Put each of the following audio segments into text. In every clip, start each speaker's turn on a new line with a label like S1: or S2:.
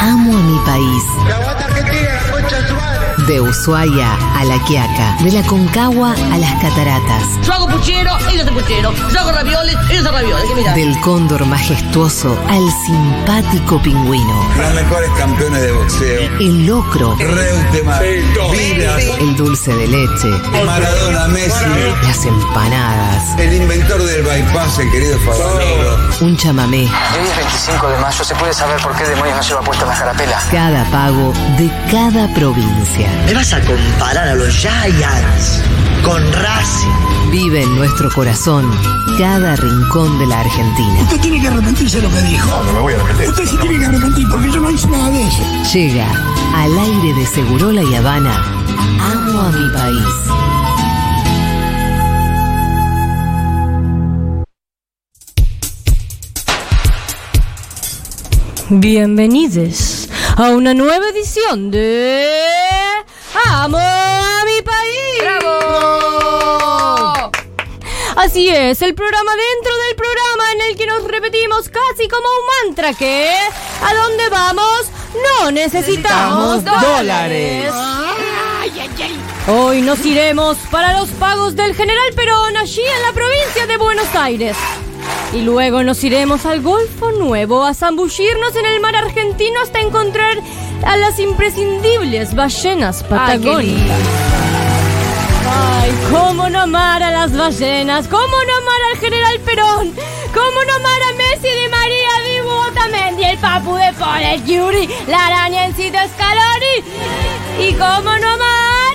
S1: Amo a mi país.
S2: La guata argentina, la concha de su madre.
S1: De Ushuaia a La Quiaca, de la Concagua a las Cataratas,
S3: Yo hago puchero, ellos hacen puchero. Yo hago ravioles, ellos hacen ravioles. Que mira.
S1: del cóndor majestuoso al simpático pingüino,
S4: Los mejores campeones de boxeo.
S1: el locro,
S4: Reutemann, Vilas,
S1: el dulce de leche,
S4: Maradona, Messi,
S1: las empanadas,
S4: el inventor del bypass, el querido Fabanero.
S1: un chamamé,
S5: Hoy es 25 de mayo, ¿se puede saber por qué demonios no lleva puesta la carapela?
S1: cada pago de cada provincia.
S6: ¿Me vas a comparar a los Giants con Racing?
S1: Vive en nuestro corazón cada rincón de la Argentina.
S7: Usted tiene que arrepentirse de lo que dijo. No, no me voy a arrepentir. Usted se tiene que arrepentir porque yo no hice nada de eso.
S1: Llega al aire de Segurola y Habana. Amo a mi país.
S8: Bienvenidos a una nueva edición de Amo a mi país. ¡Bravo! Así es, el programa dentro del programa en el que nos repetimos casi como un mantra que a dónde vamos no necesitamos, dólares. Hoy nos iremos para los pagos del general Perón allí en la provincia de Buenos Aires. Y luego nos iremos al Golfo Nuevo a zambullirnos en el mar argentino hasta encontrar a las imprescindibles ballenas patagónicas. Ay, cómo no amar a las ballenas, cómo no amar al general Perón, cómo no amar a Messi de María Dibu Otamendi, el papu de Paul, el Yuri, la araña Encito Scaloni. Y cómo no amar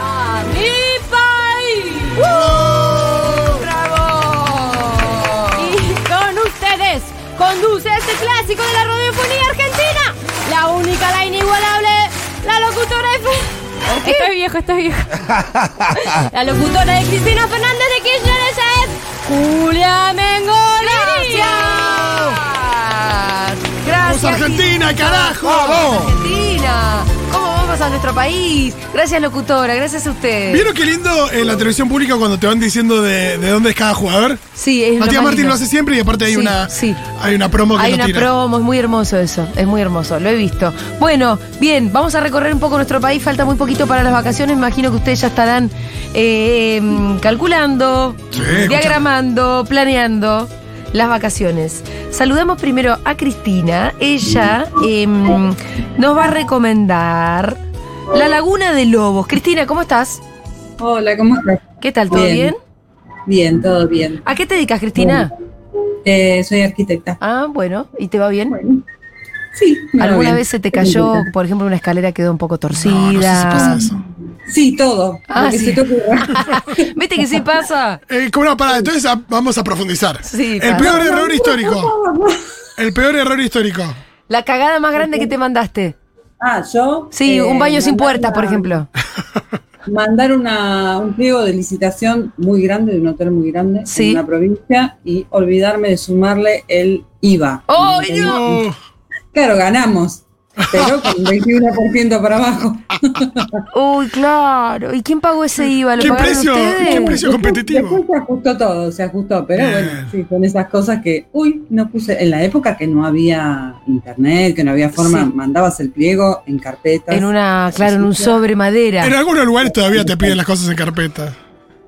S8: a mi país. Y con ustedes conduce este clásico de la radiofonía argentina. La única, la inigualable, la locutora de... Estoy viejo, estoy viejo. La locutora de Cristina Fernández de Kirchner esa es Julia Mengolini.
S9: Gracias.
S7: Argentina, carajo!
S9: Vamos, Argentina. ¿Cómo vamos a nuestro país? Gracias, locutora. Gracias a usted.
S7: ¿Vieron qué lindo en la televisión pública cuando te van diciendo de, de dónde es cada jugador?
S9: Sí, es
S7: Matías
S9: más
S7: Martín
S9: lindo.
S7: lo hace siempre y aparte hay
S9: Sí,
S7: una
S9: sí.
S7: hay una promo que
S9: Hay
S7: lo
S9: una
S7: tira.
S9: promo, es muy hermoso eso, es muy hermoso, lo he visto. Bueno, bien, vamos a recorrer un poco nuestro país, falta muy poquito para las vacaciones, imagino que ustedes ya estarán eh, em, calculando,
S7: Sí, escuchame.
S9: diagramando, planeando las vacaciones. Saludamos primero a Cristina, ella em, nos va a recomendar La Laguna de Lobos. Cristina, ¿cómo estás?
S10: Hola, ¿cómo estás?
S9: ¿Qué tal? ¿Todo bien?
S10: Bien. Bien, todo bien.
S9: ¿A qué te dedicas, Cristina?
S10: Eh, soy arquitecta.
S9: Ah, bueno, ¿y te va bien?
S10: Bueno. Sí. me va
S9: ¿Alguna
S10: bien.
S9: vez se te cayó, por ejemplo, una escalera quedó un poco
S7: No, no sé si pasa
S9: torcida?
S7: eso.
S10: Sí, todo.
S9: Ah,
S10: lo que
S9: sí.
S10: se te ocurra.
S9: ¿Viste que sí pasa?
S7: Eh, ¿cómo no? Pará, entonces a- vamos a profundizar. el
S9: Sí, para.
S7: peor error histórico. El peor error histórico.
S9: La cagada más grande que te mandaste.
S10: ah, yo.
S9: Sí,
S10: eh,
S9: un baño sin
S10: mandar
S9: puerta,
S10: una-
S9: por ejemplo.
S10: Mandar una, un pliego de licitación muy grande, de un hotel muy grande,
S9: Sí.
S10: en una provincia, y olvidarme de sumarle el IVA.
S9: ¡Ay, no!
S7: Uh,
S10: Claro, ganamos, pero con 21% para abajo.
S9: Uy, claro. ¿Y quién pagó ese IVA? ¿Lo
S7: ¿Qué
S9: pagaron
S7: precio?
S9: ustedes?
S7: ¿Qué precio
S10: Después
S7: competitivo?
S10: se ajustó todo, se ajustó, pero
S7: Bien.
S10: bueno, sí, son esas cosas que, uy, no puse, en la época que no había internet, que no había forma,
S9: Sí.
S10: mandabas el pliego en carpetas.
S9: En una, claro, en un
S10: Sí,
S9: sobre
S7: En
S9: madera.
S7: algunos lugares todavía te piden las cosas en carpeta.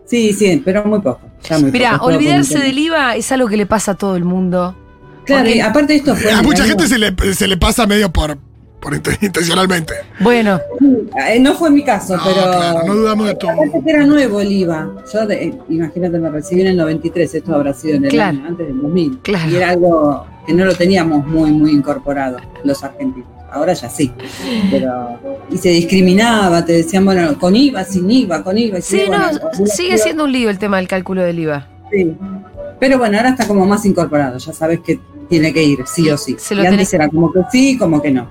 S10: Sí, sí, pero muy poco. ya muy
S9: Mirá,
S10: poco, todo
S9: olvidarse
S10: con
S9: del
S10: internet.
S9: IVA es algo que le pasa a todo el mundo.
S10: Claro, y
S9: porque-
S10: aparte esto fue...
S7: A Ah, mucha
S10: no,
S7: gente se le, se le pasa medio por, por int- intencionalmente.
S9: Bueno,
S10: eh, No fue mi caso,
S7: No,
S10: pero...
S7: claro, no dudamos de todo.
S10: Aparte que era nuevo el IVA. Yo, de- eh, imagínate, me recibí en el 93, esto habrá sido en el
S9: Claro.
S10: año, antes del 2000.
S9: Claro.
S10: Y era algo que no lo teníamos muy, muy incorporado los argentinos. Ahora ya sí. Pero, y se discriminaba, te decían, bueno, con IVA, sin IVA, con IVA. sin
S9: sí,
S10: IVA,
S9: no,
S10: bueno, con IVA,
S9: sigue siendo un lío el tema del cálculo del IVA.
S10: sí. Pero bueno, ahora está como más incorporado, ya sabes que tiene que ir, sí o sí.
S9: Se lo
S10: y antes
S9: tenés-
S10: era como que sí, como que no.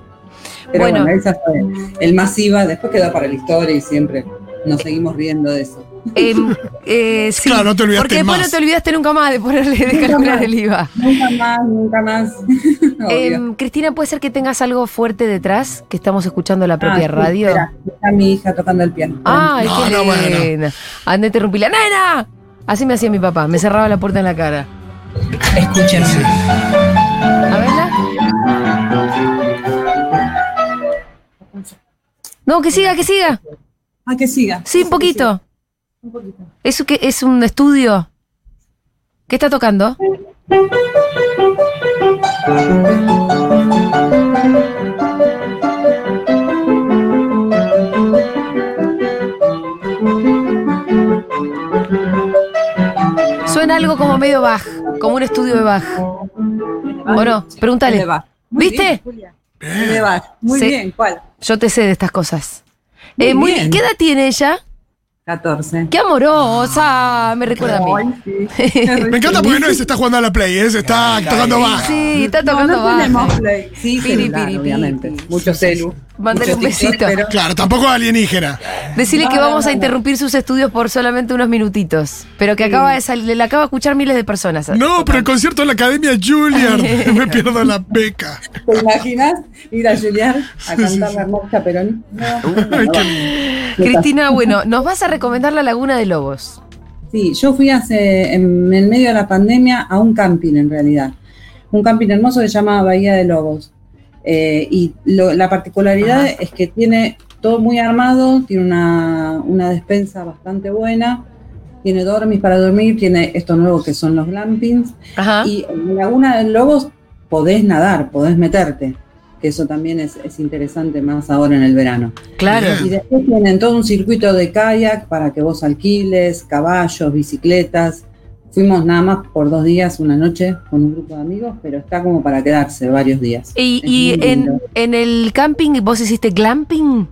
S10: Pero
S9: Bueno.
S10: bueno, esa fue el más IVA, después quedó para la historia y siempre nos seguimos riendo de eso.
S9: Em, eh, sí,
S7: Claro, no te olvidaste
S9: porque después
S7: más.
S9: no te olvidaste nunca más de ponerle de calcular el IVA.
S10: Nunca más, nunca más. Obvio.
S9: Em, Cristina, ¿puede ser que tengas algo fuerte detrás? Que estamos escuchando la propia
S10: Ah, sí,
S9: radio. Ah.
S10: espera, está mi hija tocando el piano.
S9: Ay,
S7: No,
S9: qué
S7: no, bueno.
S9: linda. Anda a interrumpirla. ¡Nena! Así me hacía mi papá, me cerraba la puerta en la cara.
S10: escúchenme.
S9: A verla. No, que siga, que siga.
S10: Ah, que siga.
S9: Sí, un poquito.
S10: Un poquito.
S9: ¿Eso que es un estudio? ¿Qué está tocando? Suena algo como medio Bach, como un estudio de Bach. ¿O no? Pregúntale.
S10: Le va. Muy
S9: ¿Viste?
S10: bien, Julia. Le va. Muy
S9: Sí.
S10: bien, ¿cuál?
S9: Yo te sé de estas cosas.
S10: Muy
S9: Eh, muy-
S10: bien.
S9: ¿Qué edad tiene ella?
S10: 14.
S9: ¡Qué amorosa! Me recuerda a mí.
S10: Ay, sí.
S7: Me encanta porque no es está jugando a la Play, es
S10: Ah,
S7: está tocando baja.
S9: Sí, está
S10: No,
S9: tocando
S10: no
S9: baja.
S10: tenemos play.
S9: Piri,
S10: Sí,
S9: piri,
S10: celular,
S9: piri.
S10: obviamente. Mucho celu.
S9: Mándale
S10: Mucho
S9: un
S10: TikTok,
S9: besito.
S10: pero-
S7: Claro, tampoco alienígena.
S9: Decirle que
S10: No,
S9: vamos
S10: no,
S9: a
S10: no.
S9: interrumpir sus estudios por solamente unos minutitos. Pero que acaba de salir, le acaba de escuchar miles de personas.
S7: No, pero el concierto en la Academia Juilliard. Me pierdo la beca.
S10: ¿Te imaginas ir a Juliar a cantar la marcha Perón?
S7: Ay, qué lindo.
S9: Cristina, bueno, nos vas a recomendar la Laguna de Lobos.
S10: Sí, yo fui hace, en el medio de la pandemia a un camping en realidad. Un camping hermoso que se llama Bahía de Lobos. Eh, y lo- la particularidad es que tiene todo muy armado, tiene una, una despensa bastante buena, tiene dormis para dormir, tiene esto nuevo que son los glampings.
S9: Ajá.
S10: Y en la Laguna de Lobos podés nadar, podés meterte, que eso también es, es interesante más ahora en el verano.
S9: claro.
S10: Y después tienen todo un circuito de kayak para que vos alquiles, caballos, bicicletas. Fuimos nada más por dos días, una noche, con un grupo de amigos, pero está como para quedarse varios días.
S9: Y,
S10: Es
S9: y
S10: muy
S9: en,
S10: lindo.
S9: en el camping, ¿vos hiciste glamping?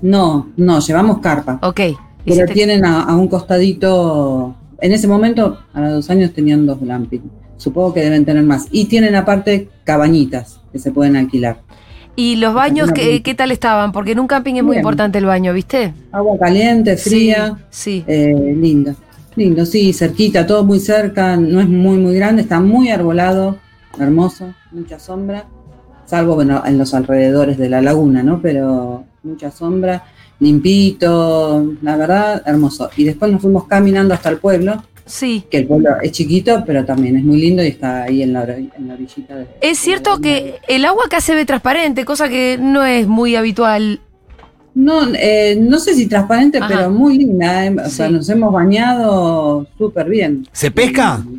S10: No, no, llevamos carpa.
S9: Ok.
S10: Pero
S9: hiciste-
S10: tienen a, a un costadito, en ese momento, a los dos años tenían dos glamping. Supongo que deben tener más. Y tienen aparte cabañitas que se pueden alquilar.
S9: ¿Y los baños qué,
S10: Bien.
S9: qué tal estaban? Porque en un camping es muy
S10: Bien.
S9: importante el baño, ¿viste?
S10: Agua caliente, fría.
S9: Sí. sí.
S10: Eh, lindo, lindo, sí, cerquita, todo muy cerca, no es muy, muy grande, está muy arbolado, hermoso, mucha sombra, salvo, bueno, en los alrededores de la laguna, ¿no? Pero mucha sombra, limpito, la verdad, hermoso. Y después nos fuimos caminando hasta el pueblo,
S9: sí.
S10: que el pueblo es chiquito, pero también es muy lindo y está ahí en la, ori- en la orillita. de-
S9: Es cierto que el agua acá se ve transparente, cosa que no es muy habitual.
S10: No, eh, no sé si transparente,
S9: Ajá.
S10: pero muy linda, ¿eh? O sea,
S9: Sí.
S10: nos hemos bañado súper bien.
S8: ¿Se pesca?
S10: Se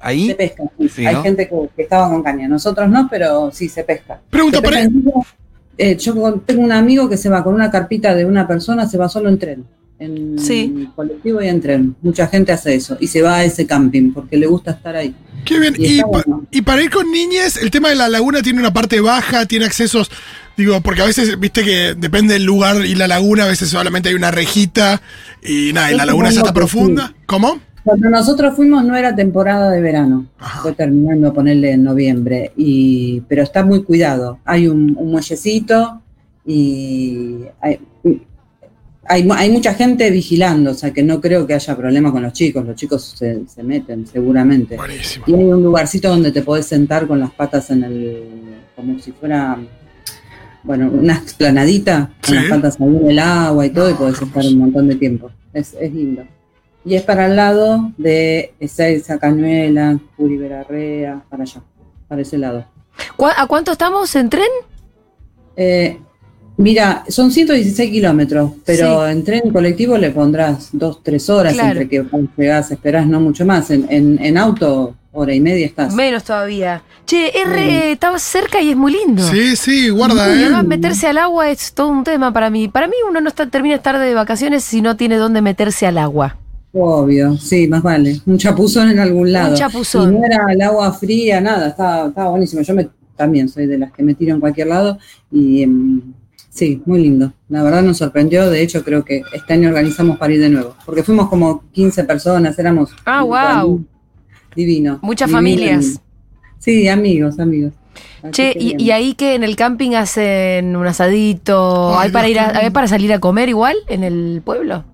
S8: Ahí.
S10: pesca, sí.
S8: Sí,
S10: Hay
S8: ¿no?
S10: gente que, que estaba con caña. Nosotros no, pero sí se pesca.
S7: Pregunta
S10: Se pesca
S7: para
S10: en- Eh, yo con- tengo un amigo que se va con una carpita de una persona, se va solo en tren. En
S9: Sí.
S10: colectivo y en tren. Mucha gente hace eso. Y se va a ese camping porque le gusta estar ahí.
S7: Qué bien.
S10: Y
S7: Y,
S10: está
S7: pa-
S10: bueno.
S7: y para ir con niñes, el tema de la laguna tiene una parte baja, tiene accesos. Digo, porque a veces, viste que depende del lugar y la laguna, a veces solamente hay una rejita y nada, y la
S10: Es
S7: laguna ya
S10: como
S7: está
S10: que sí.
S7: profunda. ¿Cómo?
S10: Cuando nosotros fuimos no era temporada de verano. Fue terminando ponerle en noviembre. Y, pero está muy cuidado. Hay un, un muellecito y hay, hay, mu- hay mucha gente vigilando. O sea que no creo que haya problema con los chicos. Los chicos se, se meten seguramente.
S7: Buenísimo.
S10: Y hay un lugarcito donde te podés sentar con las patas en el. como si fuera. Bueno, una explanadita
S7: Sí.
S10: con las patas ahí en el agua y todo, y podés estar un montón de tiempo. Es, es lindo. Y es para el lado de Ezeiza, Cañuela, Uriberarrea, para allá, para ese lado.
S9: ¿Cuá- ¿A cuánto estamos en tren?
S10: Eh, mira, son 116 kilómetros, pero en tren colectivo le pondrás dos, tres horas
S9: Claro.
S10: entre que llegás, esperás, no mucho más. En, en- en auto, hora y media estás.
S9: Menos todavía. Che, es re- estaba cerca y es muy lindo.
S7: Sí, sí, guarda,
S9: Y
S7: ¿eh?
S9: además meterse al agua es todo un tema para mí. Para mí uno no está, termina de estar de vacaciones si no tiene dónde meterse al agua.
S10: Obvio, sí, más vale. Un chapuzón en algún lado.
S9: chapuzón.
S10: Y no era el agua fría, nada, estaba, estaba buenísimo. Yo me, también soy de las que me tiro en cualquier lado y em, sí, muy lindo. La verdad nos sorprendió, de hecho creo que este año organizamos para ir de nuevo, porque fuimos como 15 personas, éramos...
S9: Ah,
S10: un
S9: guau.
S10: grupo Divino.
S9: Muchas
S10: divino,
S9: familias.
S10: divino. Sí, amigos, amigos.
S7: Ah,
S10: Así
S9: Che,
S10: que
S9: y,
S10: bien.
S9: y ahí que en el camping hacen un asadito,
S7: Ay,
S9: hay para
S7: Dios,
S9: ir a-
S7: qué
S9: hay
S7: lindo.
S9: para salir a comer igual en el pueblo.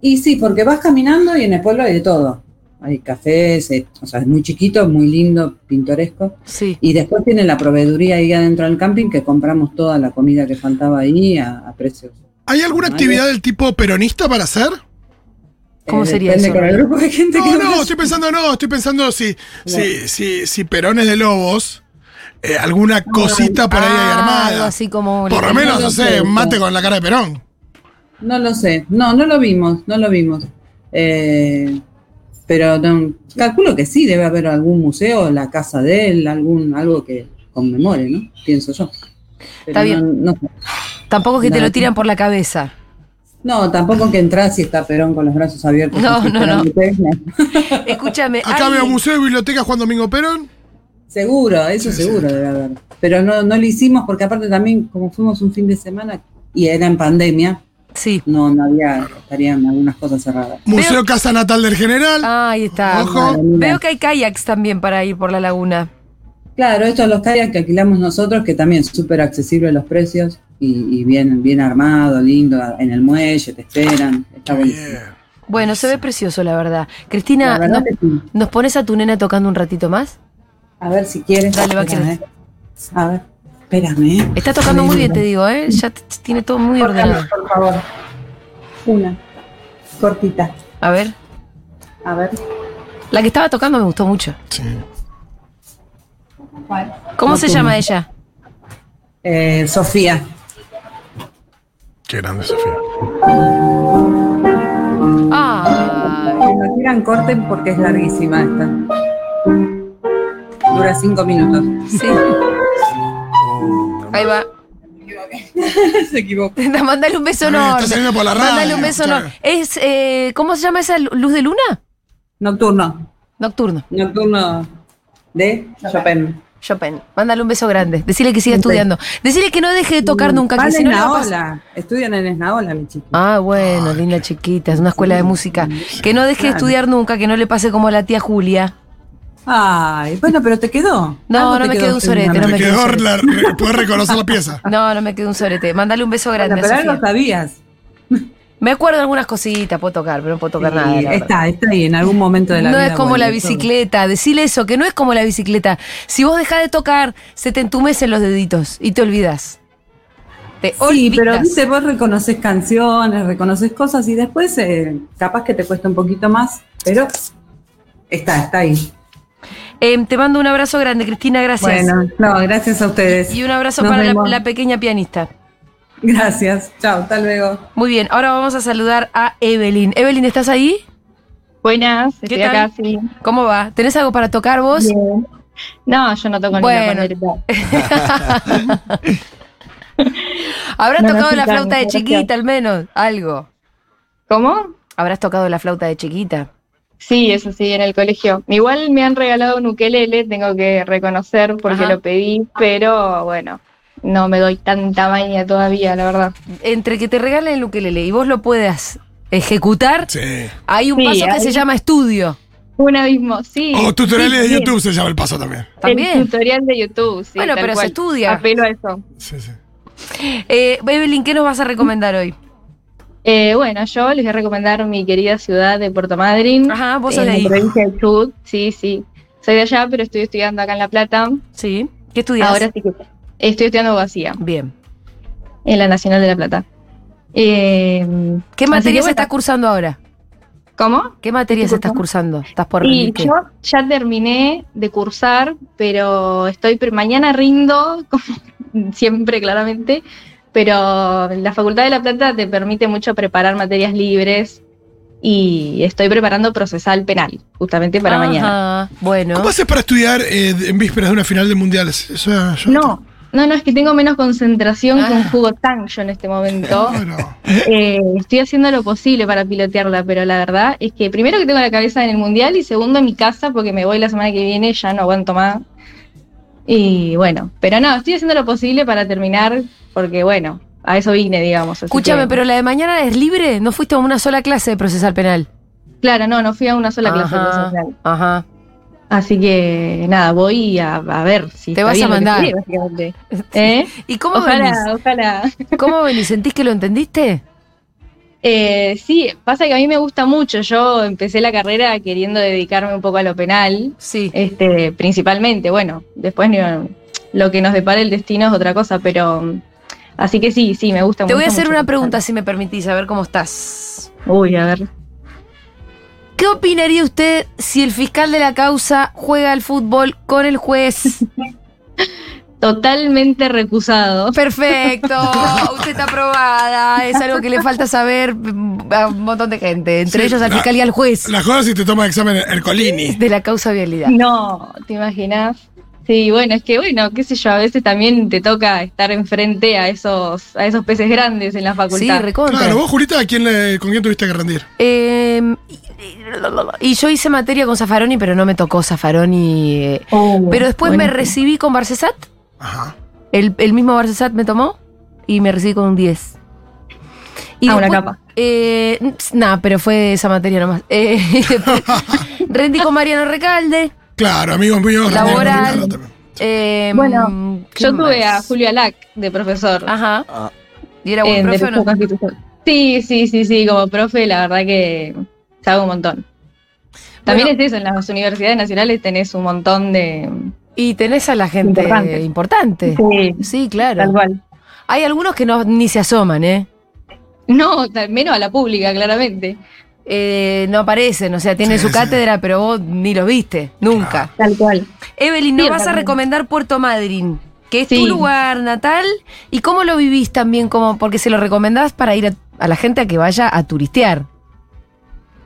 S10: Y sí, porque vas caminando y en el pueblo hay de todo. Hay cafés, eh, o sea, es muy chiquito, muy lindo, pintoresco.
S9: Sí.
S10: Y después tiene la proveeduría ahí adentro del camping que compramos toda la comida que faltaba ahí a, a precios.
S7: ¿Hay alguna
S10: Vale.
S7: actividad del tipo peronista para hacer? Eh,
S9: ¿Cómo sería
S10: Eh, depende
S9: eso?
S10: con el grupo de gente que
S7: No, no,
S10: vaya.
S7: estoy pensando, no, estoy pensando si, si, si, si Perón es de Lobos. eh, alguna cosita por ahí
S9: Ah, algo
S7: armada.
S9: así como
S7: por lo
S9: una-
S7: menos, no
S10: una
S7: sé,
S10: torta.
S7: mate con la cara de Perón.
S10: No lo sé. No, no lo vimos, no lo vimos. Eh, pero no- calculo que sí, debe haber algún museo, la casa de él, algún, algo que conmemore, ¿no? Pienso yo. Pero
S9: Está bien.
S10: No, no sé.
S9: Tampoco es que te
S10: No.
S9: lo tiran por la cabeza.
S10: No, tampoco que entras y está Perón con los brazos abiertos.
S9: No,
S10: así,
S9: no, no.
S10: esperándote.
S9: Escúchame.
S7: Acá
S9: hay-
S7: veo museo y biblioteca Juan Domingo Perón.
S10: Seguro, eso seguro debe haber. Pero no, no lo hicimos porque aparte también, como fuimos un fin de semana y era en pandemia,
S9: Sí.
S10: no, no había, estarían algunas cosas cerradas.
S7: Museo Casa Natal del General.
S9: Ah, Ahí está.
S7: Ojo.
S9: Veo que hay kayaks también para ir por la laguna.
S10: Claro, estos los kayaks que alquilamos nosotros, que también súper accesibles los precios y, y bien, bien armado, lindo, en el muelle, te esperan, está buenísimo.
S9: Bueno, se ve precioso, la verdad. Cristina,
S10: La verdad
S9: ¿nos,
S10: que sí.
S9: nos pones a tu nena tocando un ratito más?
S10: A ver si quieres.
S9: Dale, va,
S10: Espérame,
S9: querés.
S10: eh. A ver, espérame. eh.
S9: Está tocando muy bien, te digo, ¿eh? Ya t- tiene todo muy ordenado.
S10: Córtame, por favor. Una. Cortita.
S9: A ver.
S10: A ver.
S9: La que estaba tocando me gustó mucho. ¿Cómo se llama ella?
S10: Eh, Sofía.
S7: Qué grande, Sofía.
S9: Ah,
S10: Cuando quieran corten porque es larguísima esta. Dura cinco minutos.
S9: sí. Ahí va.
S10: Se equivocó.
S9: Mándale un beso
S7: Está bien, está
S9: enorme.
S7: saliendo por la radio,
S9: Mándale un beso
S7: claro.
S9: enorme. Es, eh, ¿Cómo se llama esa lu- luz de luna?
S10: Nocturno.
S9: Nocturno.
S10: Nocturno de Chopin.
S9: Chopin. Mándale un beso grande. Decirle que siga estudiando. Decirle que no deje de
S7: Uh,
S9: tocar nunca.
S10: Van
S9: Que si
S10: en
S9: no, no pasa-
S10: Esnaola. Mm. Estudian en Esnaola, mi chica.
S9: Ah, bueno, linda chiquita, es una escuela de música. Que no deje de
S10: claro.
S9: estudiar nunca, que no le pase como a la tía Julia.
S10: Ay, bueno, pero te quedó.
S9: No,
S10: Algo
S9: no
S10: te
S9: me
S10: quedó
S9: quedó un sorete,
S10: seguramente.
S9: no
S7: Te
S9: me quedó
S7: quedó
S9: sorete.
S7: la, re- poder reconocer la pieza.
S9: No, no me quedó un sorete. Mándale un beso grande.
S10: Ah. Bueno,
S9: a
S10: pero
S9: Sofía.
S10: algo sabías.
S9: Me acuerdo de algunas cositas, puedo tocar, pero no puedo tocar
S10: Sí,
S9: nada. la verdad.
S10: está, está ahí, en algún momento de la
S9: no
S10: vida.
S9: es como
S10: vuelve
S9: la
S10: todo.
S9: bicicleta, decirle eso, que no es como la bicicleta. Si vos dejás de tocar, se te entumecen los deditos y te olvidas. Te
S10: Sí, pero
S9: olvidás.
S10: viste, vos reconoces canciones, reconoces cosas y después eh, capaz que te cuesta un poquito más, pero está, está ahí.
S9: Em, te mando un abrazo grande, Cristina, gracias.
S10: Bueno, no, gracias a ustedes.
S9: y un abrazo
S10: Nos
S9: para la-
S10: vemos.
S9: la pequeña pianista.
S10: Gracias, chao, hasta luego.
S9: Muy bien, ahora vamos a saludar a Evelyn. Evelyn, ¿estás ahí?
S8: Buenas,
S9: ¿Qué
S8: estoy
S9: tal?
S8: acá, sí.
S9: ¿Cómo va? ¿Tenés algo para tocar vos?
S8: Bien. No, yo no toco
S9: Bueno.
S8: ni la pandereta.
S9: ¿Habrás
S8: No, no
S9: tocado
S8: estoy
S9: la
S8: tan
S9: flauta de
S8: gracias.
S9: chiquita al menos? Algo.
S8: ¿Cómo?
S9: ¿Habrás tocado la flauta de chiquita?
S8: Sí, eso sí, en el colegio. Igual me han regalado un ukelele, tengo que reconocer porque
S9: Ajá.
S8: lo pedí, pero bueno, no me doy tanta maña todavía, la verdad.
S9: Entre que te regalen el ukelele y vos lo puedas ejecutar,
S7: Sí.
S9: hay un
S8: Sí,
S9: paso que
S8: hay-
S9: se llama estudio.
S8: Un abismo, sí.
S7: O Oh, tutoriales de
S8: sí, sí.
S7: YouTube se llama el paso también.
S8: El
S9: También.
S8: tutorial de YouTube, sí.
S9: Bueno,
S8: tal
S9: pero se
S8: cual.
S9: estudia.
S8: Apelo a eso.
S7: Sí, sí.
S9: Eh, Evelyn, ¿qué nos vas a recomendar hoy?
S8: Eh, bueno, yo les voy a recomendar mi querida ciudad de Puerto Madryn.
S9: Ajá, vos sos
S8: en
S9: de
S8: la
S9: ahí.
S8: provincia de Chubut, sí, sí. Soy de allá, pero estoy estudiando acá en La Plata.
S9: Sí. ¿Qué estudias?
S8: Ahora sí que estoy estudiando abogacía
S9: Bien.
S8: en la Nacional de La Plata. Eh,
S9: ¿Qué
S8: así
S9: materias
S8: que
S9: estás
S8: bueno.
S9: cursando ahora?
S8: ¿Cómo?
S9: ¿Qué materias estás cursando? ¿Estás por
S8: Y
S9: rendirte?
S8: yo ya terminé de cursar, pero estoy pre- mañana rindo, como siempre claramente, pero la Facultad de La Plata te permite mucho preparar materias libres y estoy preparando procesal penal, justamente para
S9: Ajá,
S8: mañana.
S9: Bueno.
S7: ¿Cómo haces para estudiar eh, en vísperas de una final de mundiales? Eso era- yo-
S8: No, no, no, es que tengo menos concentración que un
S9: Ah.
S8: jugo tan yo en este momento.
S7: Bueno,
S8: Eh, estoy haciendo lo posible para pilotearla, pero la verdad es que primero que tengo la cabeza en el mundial y segundo en mi casa porque me voy la semana que viene, ya no aguanto más. Y bueno, pero no, estoy haciendo lo posible para terminar porque bueno, a eso vine, digamos. así
S9: Escúchame,
S8: que-
S9: pero la de mañana es libre. No fuiste a una sola clase de procesal penal.
S8: Claro, no, no fui a una sola clase. de
S9: Ajá,
S8: profesional.
S9: Ajá.
S8: Así que nada, voy a, a ver si...
S9: Te
S8: está
S9: vas
S8: bien
S9: a
S8: lo que
S9: mandar.
S8: estudié, básicamente. ¿Eh?
S9: ¿Y cómo
S8: Ojalá, ojalá.
S9: venís? ¿Cómo venís? ¿Sentís que lo entendiste?
S8: Eh, sí, pasa que a mí me gusta mucho. Yo empecé la carrera queriendo dedicarme un poco a lo penal,
S9: Sí.
S8: este, principalmente. Bueno, después no- lo que nos depara el destino es otra cosa, pero mm, así que sí, sí, me gusta
S9: Te voy a
S8: mucho,
S9: hacer
S8: mucho
S9: una
S8: pensar.
S9: pregunta, si me permitís, a ver cómo estás.
S8: Uy, a ver.
S9: ¿Qué opinaría usted si el fiscal de la causa juega al fútbol con el juez?
S8: Totalmente recusado.
S9: Perfecto, usted está aprobada. Es algo que le falta saber a un montón de gente, entre
S7: Sí,
S9: ellos al
S7: la-
S9: fiscal y al juez
S7: La joda si te toma examen el Colini.
S9: de la causa vialidad.
S8: No, ¿te imaginas? Sí, bueno, es que bueno, qué sé yo, a veces también te toca estar enfrente a esos, a esos peces grandes en la
S9: Sí,
S8: facultad.
S9: recontra.
S7: Claro, vos, Julita, ¿a quién le- ¿con quién tuviste que rendir?
S9: Eh, y yo hice materia con Zaffaroni, pero no me tocó Zaffaroni. eh.
S8: Oh,
S9: Pero después me
S8: bueno.
S9: recibí con Barcesat.
S7: Ajá.
S9: El, el mismo Barcesat me tomó y me recibí con un 10.
S8: Ah, una capa.
S9: eh, ps, nah, pero fue esa materia nomás. Eh, y después rendí con Mariano Recalde.
S7: Claro, amigos míos. rendieron con
S9: Laboral.
S7: Ricardo también.
S9: eh,
S8: Bueno,
S9: ¿qué
S8: Yo tuve
S9: más?
S8: a Julio Alac de profesor.
S9: Ajá. ¿Y era
S8: en
S9: buen profe o
S8: Derecho
S9: no?
S8: Constitucional. Sí, sí, sí, sí, como profe, la verdad que sabe un montón. También
S9: Bueno.
S8: es eso, en las universidades nacionales tenés un montón de...
S9: Y tenés a la gente
S8: Importante.
S9: importante.
S8: Sí,
S9: Sí, claro.
S8: tal cual.
S9: Hay algunos que no, ni se asoman, ¿eh?
S8: No, tal- menos a la pública, claramente.
S9: Eh, no aparecen, o sea, tienen
S7: Sí,
S9: su
S7: sí.
S9: cátedra, pero vos ni los viste, nunca.
S8: Tal cual.
S9: Evelyn, nos
S8: Sí,
S9: vas a
S8: realmente.
S9: recomendar Puerto Madryn, que es tu
S8: Sí.
S9: lugar natal, y cómo lo vivís también, como porque se lo recomendás para ir a, a la gente a que vaya a turistear.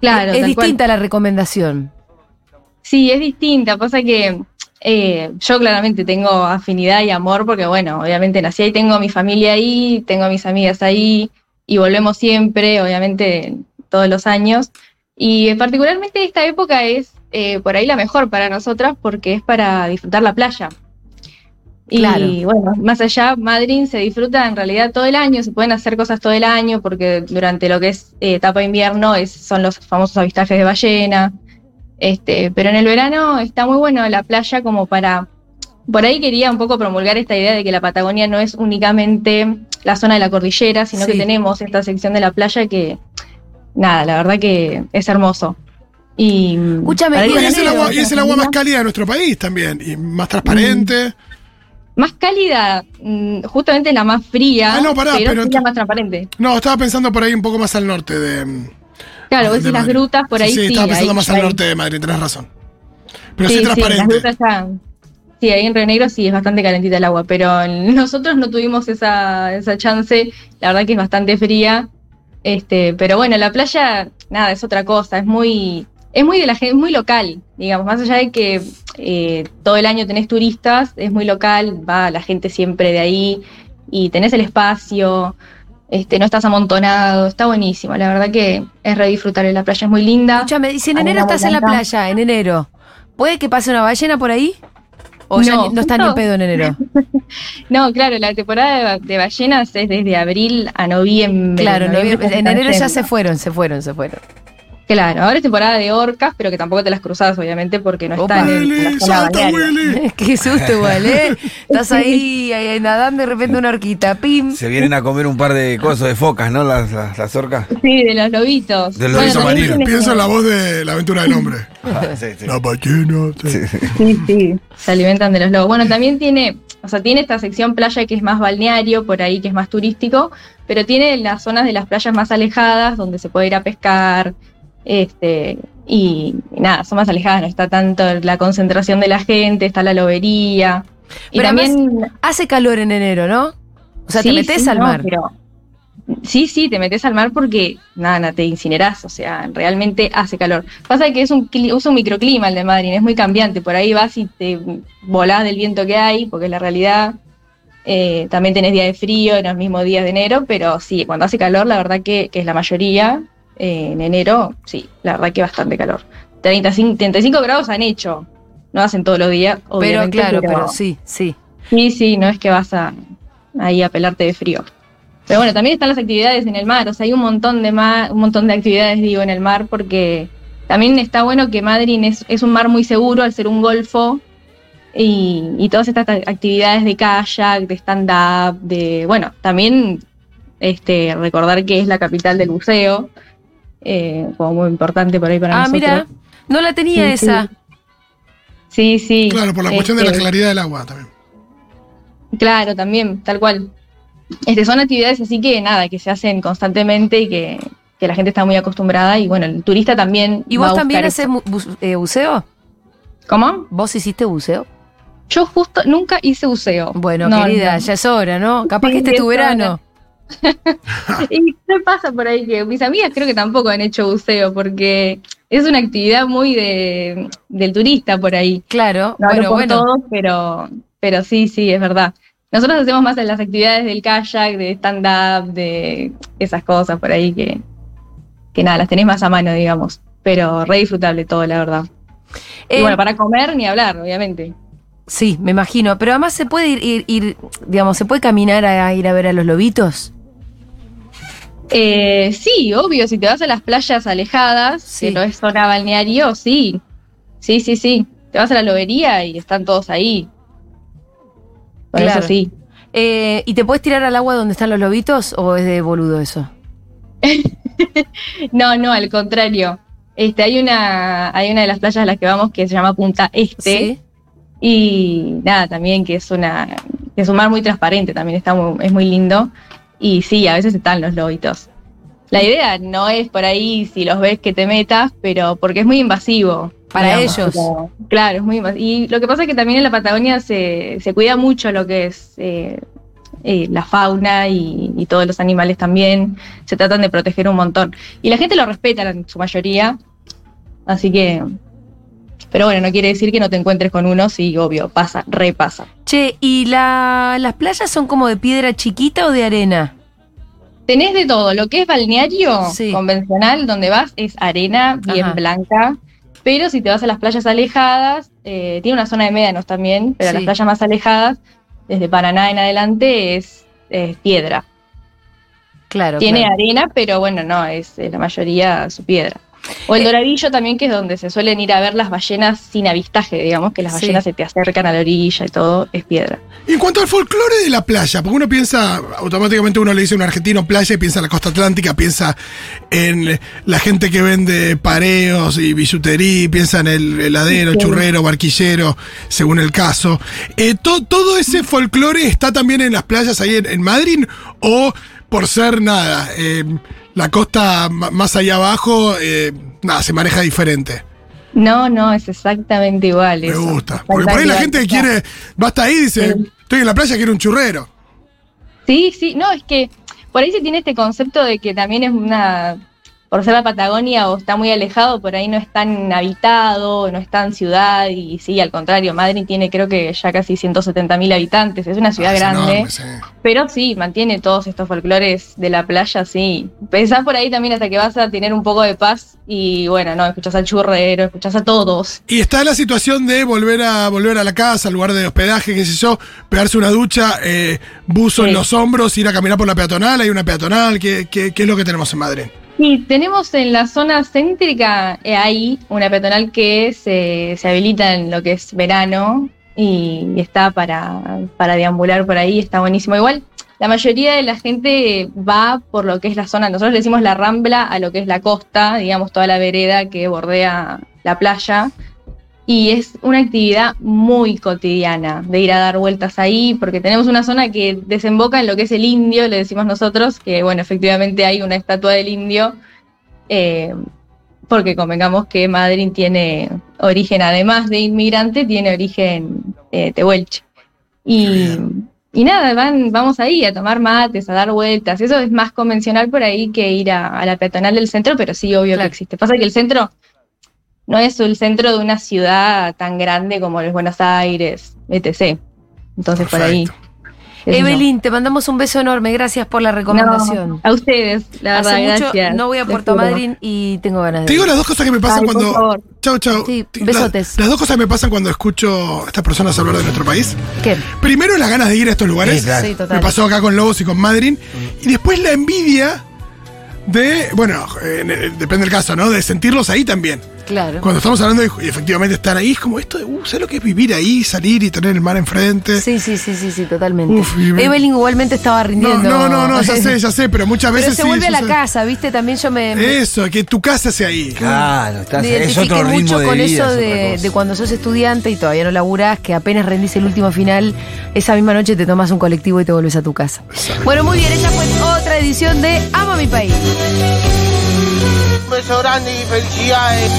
S8: Claro,
S9: es
S8: tal cual.
S9: distinta la recomendación.
S8: Sí, es distinta. Pasa que eh, yo claramente tengo afinidad y amor porque, bueno, obviamente nací ahí, tengo a mi familia ahí, tengo a mis amigas ahí y volvemos siempre, obviamente, todos los años. Y eh, particularmente esta época es eh, por ahí la mejor para nosotras porque es para disfrutar la playa. Y
S9: Claro.
S8: bueno, más allá, Madrid se disfruta en realidad todo el año, se pueden hacer cosas todo el año porque durante lo que es eh, etapa de invierno es, son los famosos avistajes de ballena. Este, pero en el verano está muy bueno la playa como para... Por ahí quería un poco promulgar esta idea de que la Patagonia no es únicamente la zona de la cordillera, sino que
S9: Sí.
S8: tenemos esta sección de la playa que, nada, la verdad que es hermoso. Y
S9: Escúchame,
S8: para
S9: y
S8: ir
S7: Y es, el
S8: ganando
S7: agua, y es el agua más
S8: Argentina-
S7: cálida de nuestro país también, y más transparente.
S8: Mm. Más cálida, mm, justamente es la más fría,
S7: Ah, no, pará,
S8: pero,
S7: pero
S8: es
S7: tú-
S8: la más transparente.
S7: No, estaba pensando por ahí un poco más al norte de.
S8: Claro,
S7: Ah,
S8: vos
S7: de
S8: decís las
S7: Madrid.
S8: grutas por
S7: Sí,
S8: ahí.
S7: Sí, estaba pensando
S8: ahí-
S7: más al
S8: ahí.
S7: norte de Madrid, tenés razón. Pero sí,
S8: las
S7: transparente.
S8: grutas están. Sí, ahí en Río Negro sí es bastante calentita el agua, pero en- nosotros no tuvimos esa, esa chance, la verdad que es bastante fría. Este, pero bueno, la playa, nada, es otra cosa, es muy, es muy de la gente, muy local, digamos, más allá de que eh, todo el año tenés turistas, es muy local, va la gente siempre de ahí, y tenés el espacio, este, no estás amontonado, está buenísimo, la verdad que es re disfrutable, la playa es muy linda.
S9: Escúchame, y si en
S8: Ahí
S9: enero
S8: la
S9: estás en la
S8: volcán.
S9: playa, en enero, ¿puede que pase una ballena por ahí? O ya
S8: No,
S9: ni- no está ni en
S8: justo-
S9: pedo en enero.
S8: No, claro, la temporada de, ba- de ballenas es desde abril a noviembre.
S9: Claro, noviembre- en
S8: hasta
S9: enero ya se
S8: diciembre.
S9: fueron, se fueron, se fueron.
S8: Claro, ahora es temporada de orcas, pero que tampoco te las cruzas, obviamente, porque no
S9: Opa.
S8: están en, en
S7: Willy,
S8: la zona
S7: salta,
S8: balnearia.
S7: Willy.
S9: Qué susto igual, ¿eh? Estás ahí, ahí nadando y de repente una horquita, pim.
S11: Se vienen a comer un par de cosas de focas, ¿no? Las, las, las orcas.
S8: Sí, de los lobitos.
S11: De los lobitos
S8: también
S11: marinos.
S8: tiene-
S7: Pienso en la voz de la aventura del hombre.
S11: Ajá, sí, sí.
S7: La ballena.
S8: Sí, sí. Se alimentan de los lobos. Bueno, también tiene, o sea, tiene esta sección playa que es más balneario, por ahí que es más turístico, pero tiene las zonas de las playas más alejadas donde se puede ir a pescar, este, y, y nada, son más alejadas, no está tanto la concentración de la gente, está la lobería. Y
S9: Pero
S8: también.
S9: Hace calor en enero, ¿no? O sea, te
S8: sí,
S9: metes
S8: sí,
S9: al
S8: no,
S9: mar.
S8: pero- sí, sí, te metes al mar porque nada, nada, te incinerás, o sea, realmente hace calor. Pasa que es un, cli- es un microclima el de Madrid, es muy cambiante, por ahí vas y te volás del viento que hay, porque es la realidad. Eh, también tenés día de frío en los mismos días de enero, pero sí, cuando hace calor, la verdad que, que es la mayoría, eh, en enero, sí, la verdad que bastante calor. 35, 35 grados han hecho, no hacen todos los días,
S9: Pero
S8: obviamente.
S9: claro, pero sí, sí.
S8: Sí, sí, no es que vas a ahí a pelarte de frío. Pero bueno, también están las actividades en el mar, o sea, hay un montón de ma- un montón de actividades, digo, en el mar, porque también está bueno que Madrid es, es un mar muy seguro al ser un golfo, y, y todas estas ta- actividades de kayak, de stand-up, de, bueno, también este, recordar que es la capital del buceo, eh, como muy importante por ahí para
S9: Ah,
S8: nosotros.
S9: mira, no la tenía
S8: Sí, sí.
S9: esa.
S8: Sí, sí.
S7: Claro, por la cuestión de la
S8: Este,
S7: claridad del agua también.
S8: Claro, también, tal cual. Este, son actividades así que nada, que se hacen constantemente y que, que la gente está muy acostumbrada y bueno, el turista también.
S9: ¿Y
S8: va a
S9: vos
S8: buscar
S9: también
S8: eso.
S9: haces mu- bu- eh, buceo?
S8: ¿Cómo?
S9: ¿Vos hiciste buceo?
S8: Yo justo nunca hice buceo.
S9: Bueno,
S8: No,
S9: querida,
S8: no.
S9: ya es hora, ¿no? Capaz
S8: Sí,
S9: que este es tu
S8: es hora.
S9: verano.
S8: ¿Y qué pasa por ahí? Que mis amigas creo que tampoco han hecho buceo porque es una actividad muy de, del turista por ahí.
S9: Claro,
S8: no hablo
S9: bueno,
S8: por
S9: bueno.
S8: todos, pero, pero sí, sí, es verdad. Nosotros hacemos más en las actividades del kayak, de stand-up, de esas cosas por ahí que, que nada, las tenés más a mano, digamos. Pero re disfrutable todo, la verdad.
S9: Eh,
S8: y bueno, para comer ni hablar, obviamente.
S9: Sí, me imagino. Pero además se puede ir, ir, ir, digamos, se puede caminar a ir a ver a los lobitos.
S8: Eh, sí, obvio, si te vas a las playas alejadas, que no es zona balneario, sí. Sí, sí, sí. Te vas a la lobería y están todos ahí. Por
S9: Claro.
S8: eso sí.
S9: Eh, ¿Y te puedes tirar al agua donde están los lobitos o es de boludo eso?
S8: No, no, al contrario. Este, hay una, hay una de las playas a las que vamos que se llama Punta Este.
S9: Sí.
S8: Y nada, también que es una, que es un mar muy transparente, también está muy- es muy lindo. Y sí, a veces están los lobitos. La idea no es por ahí si los ves que te metas, pero porque es muy invasivo.
S9: Para ellos.
S8: pero- claro, es muy invasivo. Y lo que pasa es que también en la Patagonia se, se cuida mucho lo que es eh, eh, la fauna y, y todos los animales también. Se tratan de proteger un montón. Y la gente lo respeta en su mayoría. Así que. Pero bueno, no quiere decir que no te encuentres con uno, sí, obvio, pasa, repasa.
S9: Che, ¿y la- las playas son como de piedra chiquita o de arena?
S8: Tenés de todo, lo que es balneario
S9: Sí.
S8: convencional, donde vas es arena bien
S9: Ajá.
S8: blanca, pero si te vas a las playas alejadas, eh, tiene una zona de médanos también, pero
S9: Sí.
S8: las playas más alejadas, desde Paraná en adelante, es, es piedra.
S9: Claro.
S8: tiene
S9: claro.
S8: arena, pero bueno, no, es eh, la mayoría su piedra. O el
S9: Eh.
S8: doradillo también, que es donde se suelen ir a ver las ballenas sin avistaje, digamos, que las
S7: Sí.
S8: ballenas se te acercan a la orilla y todo, es piedra.
S7: Y en cuanto al folclore de la playa, porque uno piensa, automáticamente uno le dice a un argentino playa y piensa en la costa atlántica, piensa en la gente que vende pareos y bisutería, piensa en el heladero,
S12: Sí.
S7: churrero, barquillero, según el caso. Eh, to- ¿Todo ese folclore está también en las playas ahí en, en Madrid? ¿O por ser nada, eh, la costa ma- más allá abajo, eh, nada, se maneja diferente?
S8: No, no, es exactamente igual.
S7: Me
S8: eso.
S7: gusta. Porque por ahí la gente
S8: Exactamente igual.
S7: quiere, va hasta ahí y dice, estoy en la playa, quiero un churrero.
S8: Sí, sí, no, es que por ahí se tiene este concepto de que también es una, por ser la Patagonia o está muy alejado, por ahí no es tan habitado, no es tan ciudad, y sí, al contrario, Madrid tiene creo que ya casi 170.000 habitantes, es una ciudad
S7: Ah, Es
S8: grande,
S7: enorme, sí.
S8: pero sí, mantiene todos estos folclores de la playa, sí. Pensás por ahí también hasta que vas a tener un poco de paz y bueno, no, escuchás al churrero, escuchás a todos.
S7: Y está la situación de volver a volver a la casa, al lugar de hospedaje, qué sé yo, pegarse una ducha, eh, buzo en los hombros, ir a caminar por la peatonal, hay una peatonal, ¿qué, qué, qué es lo que tenemos en Madrid?
S8: Sí, tenemos en la zona céntrica eh, ahí una peatonal que se, se habilita en lo que es verano y, y está para, para deambular por ahí, está buenísimo. Igual, la mayoría de la gente va por lo que es la zona, nosotros le decimos la rambla a lo que es la costa, digamos toda la vereda que bordea la playa. Y es una actividad muy cotidiana de ir a dar vueltas ahí, porque tenemos una zona que desemboca en lo que es el indio, le decimos nosotros, que bueno, efectivamente hay una estatua del indio, eh, porque convengamos que Madrid tiene origen, además de inmigrante, tiene origen eh, tehuelche. Y, y nada, van, vamos ahí a tomar mates, a dar vueltas. Eso es más convencional por ahí que ir a, a la peatonal del centro, pero sí, obvio que existe. Pasa que el centro no es el centro de una ciudad tan grande como los Buenos Aires, etc. Entonces por ahí. es eso.
S9: Evelyn, te mandamos un beso enorme. Gracias por la recomendación.
S8: No, a ustedes, la
S9: Hace
S8: verdad,
S9: mucho
S8: gracias.
S9: no voy a
S8: Les
S9: Puerto
S8: juro.
S9: Madryn y tengo ganas de
S7: Te digo
S9: ir.
S7: las dos cosas que me pasan
S9: Ay, por
S7: cuando.
S9: favor.
S7: Chau, chau.
S9: Sí,
S7: Las-
S9: besotes.
S7: Las, dos cosas que me pasan cuando escucho a estas personas hablar de nuestro país.
S9: ¿Qué?
S7: Primero, las ganas de ir a estos lugares.
S9: Sí, claro. Sí, total.
S7: Me pasó acá con Lobos y con Madrid. Y después la envidia de. Bueno, eh, eh, depende del caso, ¿no? De sentirlos ahí también.
S9: Claro.
S7: Cuando estamos hablando de y efectivamente estar ahí, es como esto de, uh, ¿sabes lo que es vivir ahí, salir y tener el mar enfrente?
S9: Sí, sí, sí, sí, sí, totalmente.
S7: Uf, y me-
S9: Evelyn igualmente estaba
S7: no,
S9: rindiendo.
S7: no, no, no, ya sé, ya sé, pero muchas
S9: Pero
S7: veces
S9: se
S7: sí,
S9: vuelve a
S7: yo
S9: la
S7: sé.
S9: casa, ¿viste? También yo me, me-
S7: Eso, que tu casa sea ahí.
S11: Claro, estás,
S9: me
S11: es
S9: identifiqué
S11: otro ritmo
S9: mucho
S11: de
S9: con
S11: vida. es
S9: eso
S11: otra
S9: de,
S11: cosa.
S9: de cuando sos estudiante y todavía no laburás, que apenas rendís el último final, esa misma noche te tomas un colectivo y te volvés a tu casa. Bueno, muy bien, esa fue otra edición de Amo a mi país.
S12: Un beso grande y felicidades.